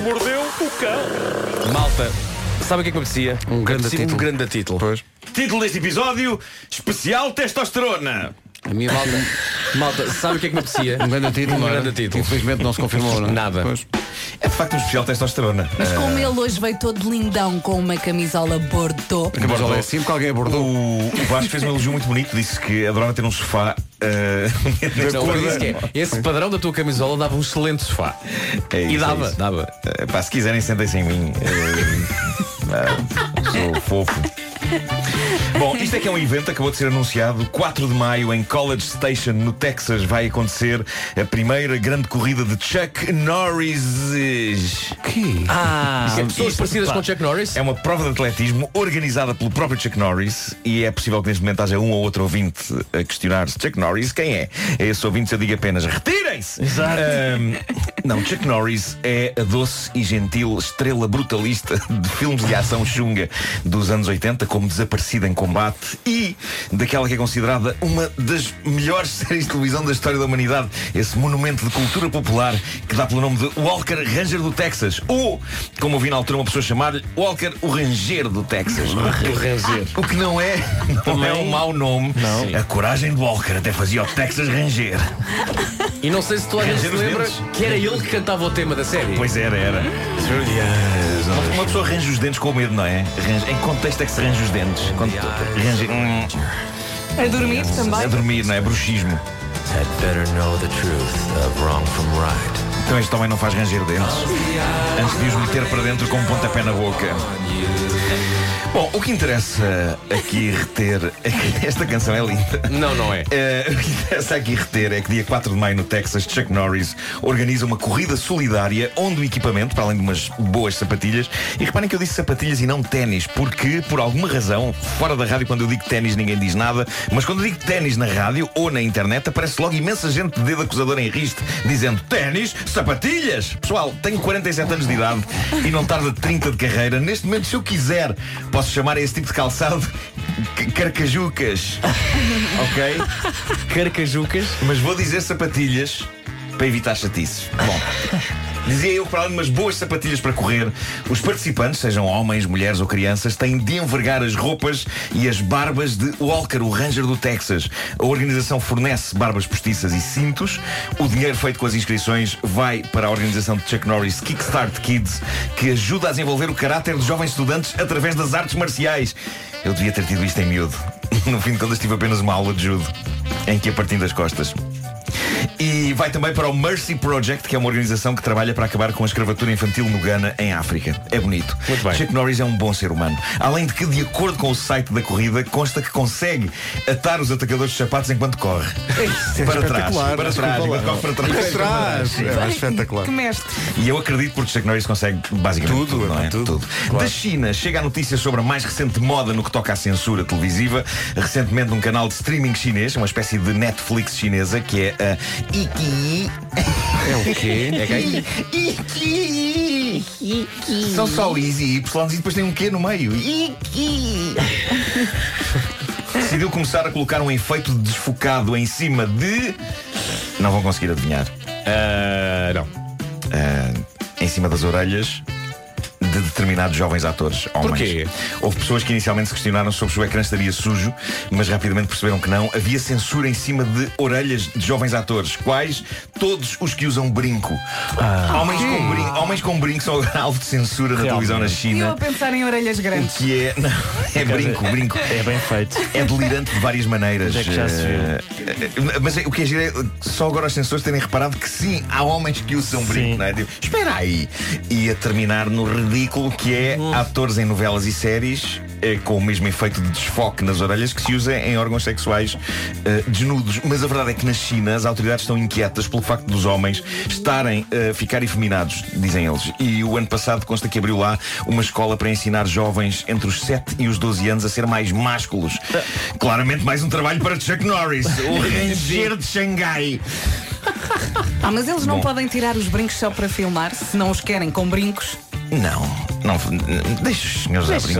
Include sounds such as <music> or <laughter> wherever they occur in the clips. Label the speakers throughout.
Speaker 1: O cão!
Speaker 2: Malta, sabe o que é que me apetecia?
Speaker 3: Um grande
Speaker 2: Apetecia-me
Speaker 3: título.
Speaker 2: Um grande a título.
Speaker 3: Pois.
Speaker 1: Título deste episódio: Especial Testosterona.
Speaker 3: A minha malta.
Speaker 2: Malta, sabe o que é que me apetecia?
Speaker 3: Um grande título.
Speaker 2: Um
Speaker 3: não era?
Speaker 2: grande título.
Speaker 3: Infelizmente não se confirmou, não é?
Speaker 2: Nada.
Speaker 3: Pois.
Speaker 1: É de facto um especial testosterona.
Speaker 4: Mas como ele hoje veio todo lindão com uma camisola bordô,
Speaker 3: Mas olha,
Speaker 1: Abordou.
Speaker 3: é assim porque alguém
Speaker 1: <laughs> O,
Speaker 3: abordou.
Speaker 1: o Vasco fez um elogio muito bonito, disse que adorava ter um sofá. eh, <laughs> nesta
Speaker 2: Não, eu
Speaker 1: altura.
Speaker 2: disse que é, esse padrão da tua camisola dava um excelente sofá.
Speaker 1: É isso,
Speaker 2: e dava,
Speaker 1: é isso.
Speaker 2: dava.
Speaker 1: Eh, pá, se quiserem, sentem-se em mim. Eh, ah, sou fofo. Bom, isto é que é um evento, acabou de ser anunciado. 4 de maio, em College Station, no Texas, vai acontecer a primeira grande corrida de Chuck Norris.
Speaker 2: Ah,
Speaker 1: Isso é-
Speaker 2: pessoas
Speaker 1: isso-
Speaker 2: parecidas
Speaker 1: pá.
Speaker 2: com Jack Norris.
Speaker 1: É uma prova de atletismo organizada pelo próprio Chuck Norris e é possível que neste momento haja um ou outro ouvinte a questionar-se. Chuck Norris, quem é? É esse ouvinte se eu digo apenas retirem-se! Ahm, não, Chuck Norris é a doce e gentil estrela brutalista de filmes de ação chunga dos anos 80, como Desaparecida em Combate e daquela que é considerada uma das melhores <laughs> séries de televisão da história da humanidade. Esse monumento de cultura popular que dá pelo nome de Walker Ranger do Texas. Ou, como ouvi na altura uma pessoa chamar-lhe, Walker o Ranger do Texas. O que não é, não é um mau nome. A coragem de Walker até fazia o Texas Ranger.
Speaker 2: E não sei se toda a gente se
Speaker 1: Ranger dos
Speaker 2: lembra
Speaker 1: dentes.
Speaker 2: que era ele que cantava o tema da série.
Speaker 1: Pois era, era. Uma- Uma pessoa range os dentes com medo, não é? Range- em que contexto é que se range os dentes? Quando, range, hum,
Speaker 4: a dormir
Speaker 1: a
Speaker 4: também.
Speaker 1: dormir, não é? Bruxismo.
Speaker 5: Had better know the truth of wrong from right.
Speaker 1: Então este homem não faz ranger dentes Antes de os meter para dentro com um pontapé na boca Bom, o que interessa aqui reter <laughs> é que Esta canção é linda
Speaker 2: Não, não é.
Speaker 1: Eh, <laughs> o que interessa aqui reter é que dia 4 de maio no Texas, Chuck Norris organiza uma corrida solidária onde o equipamento, para além de umas boas sapatilhas, e reparem que eu disse sapatilhas e não ténis, porque por alguma razão, fora da rádio, quando eu digo ténis ninguém diz nada, mas quando eu digo ténis na rádio ou na internet, aparece logo imensa gente de dedo acusador em riste, dizendo ténis, sapatilhas! Pessoal, tenho 47 anos de idade e não tarda 30 de carreira. Neste momento, se eu quiser, posso chamar a esse tipo de calçado <laughs> c- carcajucas. Ok?
Speaker 2: Carcajucas.
Speaker 1: Mas vou dizer sapatilhas para evitar chatices. Bom. Dizia eu que para além de umas boas sapatilhas para correr, os participantes, sejam homens, mulheres ou crianças, têm de envergar as roupas e as barbas de Walker, o Ranger do Texas. A organização fornece barbas postiças e cintos. O dinheiro feito com as inscrições vai para a organização de Chuck Norris Kickstart Kids, que ajuda a desenvolver o caráter dos jovens estudantes através das artes marciais. Eu devia ter tido isto em miúdo. <laughs> No fim de contas, tive apenas uma aula de judo em que a partir das costas. E vai também para o Mercy Project, que é uma organização que trabalha para acabar com a escravatura infantil no Ghana, em África. É bonito.
Speaker 2: Muito bem.
Speaker 1: Chuck Norris é um bom ser humano. Além de que, de acordo com o site da corrida, consta que consegue atar os atacadores de sapatos enquanto corre. para trás,
Speaker 3: É espetacular,
Speaker 1: para
Speaker 3: desculpa
Speaker 1: trás,
Speaker 3: lá.
Speaker 1: enquanto corre para trás.
Speaker 3: Para trás. É espetacular.
Speaker 4: Que mestre.
Speaker 1: E eu acredito porque Chuck Norris consegue basicamente tudo,
Speaker 3: Tudo,
Speaker 1: não é?
Speaker 3: tudo.
Speaker 1: Da China chega a notícia sobre a mais recente moda no que toca à censura televisiva. Recentemente um canal de streaming chinês, uma espécie de Netflix chinesa, que é a Iki.
Speaker 3: É o quê?
Speaker 1: É quem? Iki. São só Is e Y e depois tem um Q no meio. Iki. Decidiu começar a colocar um efeito desfocado em cima de. Não vão conseguir adivinhar.
Speaker 2: Ah, não.
Speaker 1: ah, em cima das orelhas de determinados jovens atores homens.
Speaker 2: Porquê?
Speaker 1: Houve pessoas que inicialmente se questionaram sobre se o ecrã estaria sujo, mas rapidamente perceberam que não. Havia censura em cima de orelhas de jovens atores, quais todos os que usam brinco. Homens, com brinco homens com brinco são <laughs> alvo de censura na televisão na
Speaker 4: E eu a
Speaker 1: China.
Speaker 4: pensar em orelhas grandes.
Speaker 1: Que é. <laughs> Não, é brinco, brinco.
Speaker 6: É bem feito.
Speaker 1: É delirante de várias maneiras.
Speaker 6: Onde é que já se viu?
Speaker 1: Eh, eh, Mas é- o que é giro é eh, só agora os sensores terem reparado que sim, há homens que usam brinco, não é? Tipo, espera aí. E a terminar no ridículo que é
Speaker 6: Hum.
Speaker 1: atores em novelas e séries eh, com o mesmo efeito de desfoque nas orelhas que se usa em órgãos sexuais eh, desnudos. Mas a verdade é que na China as autoridades estão inquietas pelo facto dos homens estarem a ficar efeminados, dizem eles. E o ano passado consta que abriu lá uma escola para ensinar jovens entre os 7 e os 12 anos a ser mais másculos. Claramente mais um trabalho para Chuck Norris, o ranger de Xangai.
Speaker 4: Ah, mas eles não
Speaker 1: Bom.
Speaker 4: podem tirar os brincos só para filmar, se não os querem com brincos.
Speaker 1: Não, não, deixa os senhores abrir.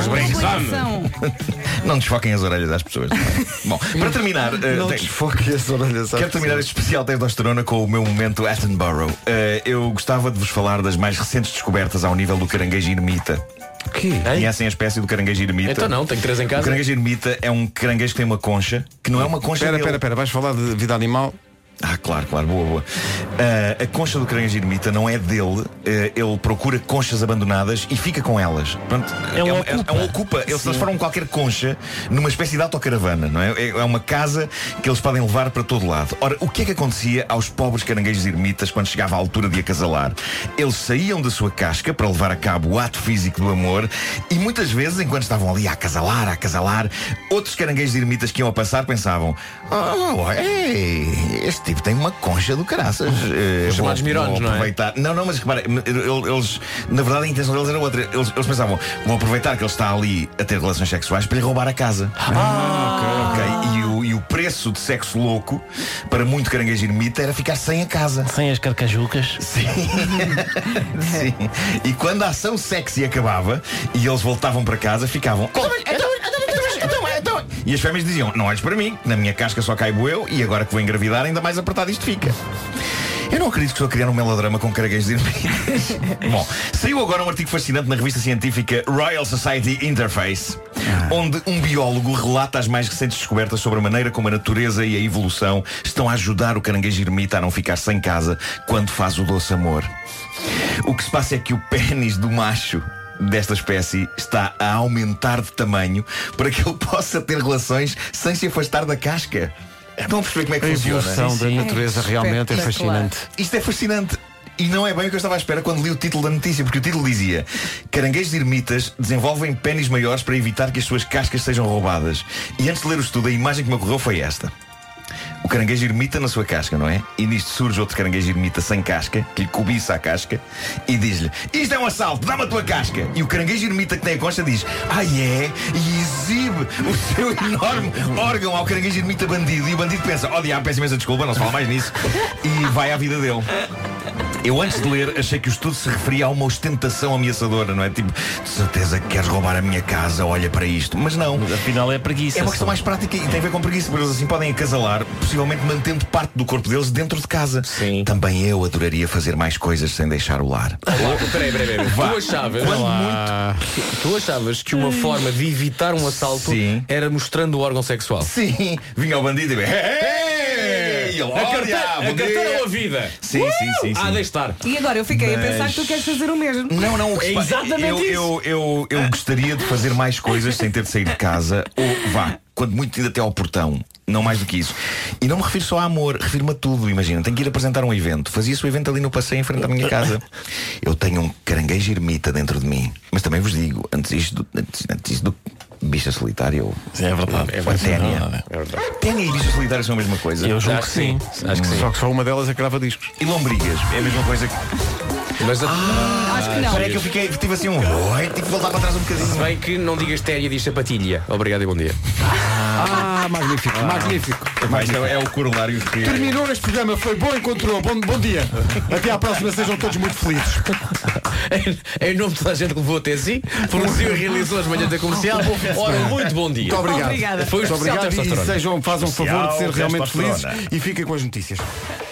Speaker 2: os brincos,
Speaker 4: Explicação.
Speaker 1: <laughs> Não desfoquem as orelhas às pessoas. não é? Bom, para terminar, eh,
Speaker 3: Não
Speaker 1: tem-
Speaker 3: desfoque as orelhas às
Speaker 1: Quero terminar
Speaker 3: pessoas.
Speaker 1: este especial testosterona com o meu momento Attenborough. Eh, eu gostava de vos falar das mais recentes descobertas ao nível do caranguejo ermita. Conhecem a espécie do caranguejo ermita?
Speaker 2: Então não, tenho três em
Speaker 1: O
Speaker 2: casa.
Speaker 1: caranguejo ermita é um caranguejo que tem uma concha, que não é uma concha.
Speaker 3: Espera,
Speaker 1: dele.
Speaker 3: espera, espera. Vais falar de vida animal?
Speaker 1: Ah, claro, claro, boa, boa. Ah, a concha do caranguejo ermita não é dele, eh, ele procura conchas abandonadas e fica com elas. Pronto, é, um, é, é um ocupa. Eles transformam qualquer concha numa espécie de autocaravana, não é? É é uma casa que eles podem levar para todo lado. Ora, o que é que acontecia aos pobres caranguejos ermitas quando chegava a altura de acasalar? Eles saíam da sua casca para levar a cabo o ato físico do amor e muitas vezes, enquanto estavam ali a acasalar, a acasalar, outros caranguejos ermitas que iam a passar pensavam: Oh, ei, este tipo tem uma concha do caraças. Eh,
Speaker 2: chamados
Speaker 1: vou- vou
Speaker 2: mirones, não é?
Speaker 1: aproveitar. Não, não, mas repara, ele- eles, na verdade a intenção deles era outra. Eles, eles pensavam, vão aproveitar que ele está ali a ter relações sexuais para lhe roubar a casa. Ah, ok. E, o, e o preço de sexo louco para muito caranguejo ermita era ficar sem a casa.
Speaker 6: Sem as carcajucas.
Speaker 1: Sim. <laughs> Sim. E quando a ação sexy acabava e eles voltavam para casa, ficavam. "Oh, então, E as fêmeas diziam, não olhes para mim, que na minha casca só caibo eu e agora que vou engravidar ainda mais apertado isto fica. Eu não acredito que estou a criar um melodrama com caranguejos de ermitas. Bom, saiu agora um artigo fascinante na revista científica Royal Society Interface, onde um biólogo relata as mais recentes descobertas sobre a maneira como a natureza e a evolução estão a ajudar o caranguejo ermita a não ficar sem casa quando faz o doce amor. O que se passa é que o pênis do macho desta espécie está a aumentar de tamanho para que ele <laughs> possa ter relações sem se afastar da casca. Vão perceber como é que
Speaker 3: A
Speaker 1: funciona.
Speaker 3: evolução da natureza realmente é
Speaker 4: espetacular.
Speaker 3: fascinante.
Speaker 1: Isto é fascinante. E não é bem o que eu estava à espera quando li o título da notícia, porque o título dizia Caranguejos de ermitas desenvolvem pênis maiores para evitar que as suas cascas sejam roubadas. E antes de ler o estudo, a imagem que me ocorreu foi esta. O caranguejo ermita na sua casca, não é? E nisto surge outro caranguejo ermita sem casca, que lhe cobiça a casca, e diz-lhe: Isto é um assalto, dá-me a tua casca. E o caranguejo ermita que tem a concha diz: Ah, é? E exibe o seu enorme órgão ao caranguejo ermita bandido. E o bandido pensa: Oh, diabo, peço imensa desculpa, não se fala mais nisso. E vai à vida dele. Eu antes de ler achei que o estudo se referia a uma ostentação ameaçadora, não é? Tipo, de certeza que queres roubar a minha casa, olha para isto. Mas não.
Speaker 6: Afinal é preguiça.
Speaker 1: É uma questão
Speaker 6: só.
Speaker 1: mais prática e tem a ver com preguiça, porque eles assim podem acasalar, possivelmente mantendo parte do corpo deles dentro de casa.
Speaker 2: Sim.
Speaker 1: Também eu adoraria fazer mais coisas sem deixar o lar. <laughs>
Speaker 2: Peraí, peraí, peraí. Tu achavas, tu achavas que uma forma de evitar um assalto
Speaker 1: Sim.
Speaker 2: era mostrando o órgão sexual?
Speaker 1: Sim, vinha o bandido e bem. "Hey!" E ele,
Speaker 2: A
Speaker 1: "Olha,
Speaker 2: carteira, a
Speaker 1: bom dia."
Speaker 2: carteira ou a vida?
Speaker 1: é Sim, sim, sim. sim.
Speaker 2: Ah, deixe estar.
Speaker 4: E agora eu fiquei a pensar
Speaker 1: Mas-
Speaker 4: que tu queres fazer o mesmo.
Speaker 1: Não, não, o que
Speaker 2: É
Speaker 1: se pa-
Speaker 2: exatamente
Speaker 1: eu,
Speaker 2: isso.
Speaker 1: Eu, eu, eu gostaria de fazer mais coisas sem ter de sair de casa ou vá, quando muito ir até ao portão. Não mais do que isso. E não me refiro só a amor, refiro-me a tudo, imagina. Tenho que ir apresentar um evento. Fazia-se o evento ali no passeio em frente à minha casa. Eu tenho um caranguejo ermita dentro de mim. Mas também vos digo, antes isto, do- antes, antes isto do bicha solitária ou
Speaker 6: É verdade. É
Speaker 1: ténia. Ténia e bicha solitária são a mesma coisa.
Speaker 6: Eu julgo
Speaker 2: Acho
Speaker 6: que
Speaker 2: que
Speaker 6: sim. Acho que sim.
Speaker 3: Só que só uma delas é que grava discos.
Speaker 1: E lombrigas, é a mesma coisa que.
Speaker 2: Mas ah, a...
Speaker 4: Acho que não.
Speaker 1: Espera aí que eu fiquei, tive assim um. Oi, tive que voltar para trás um bocadinho.
Speaker 2: Se bem que não digas téria, diz sapatilha. Obrigado e bom dia. <laughs>
Speaker 3: Ah, magnífico, magnífico.
Speaker 1: Vai, isto é o corolário que.
Speaker 3: Terminou este programa, foi bom, encontrou. Bom, bom dia. Até à próxima, sejam todos muito felizes.
Speaker 2: em nome de toda a gente que levou até si, produziu e realizou as manhãs da comercial. Ora, muito bom dia.
Speaker 3: Muito obrigado.
Speaker 4: Obrigada.
Speaker 2: Foi o
Speaker 3: Muito
Speaker 2: especial
Speaker 3: obrigado e
Speaker 2: testosterona.
Speaker 3: sejam, fazam o favor de ser
Speaker 1: Especial
Speaker 3: realmente felizes
Speaker 1: testosterona.
Speaker 3: e fiquem com as notícias.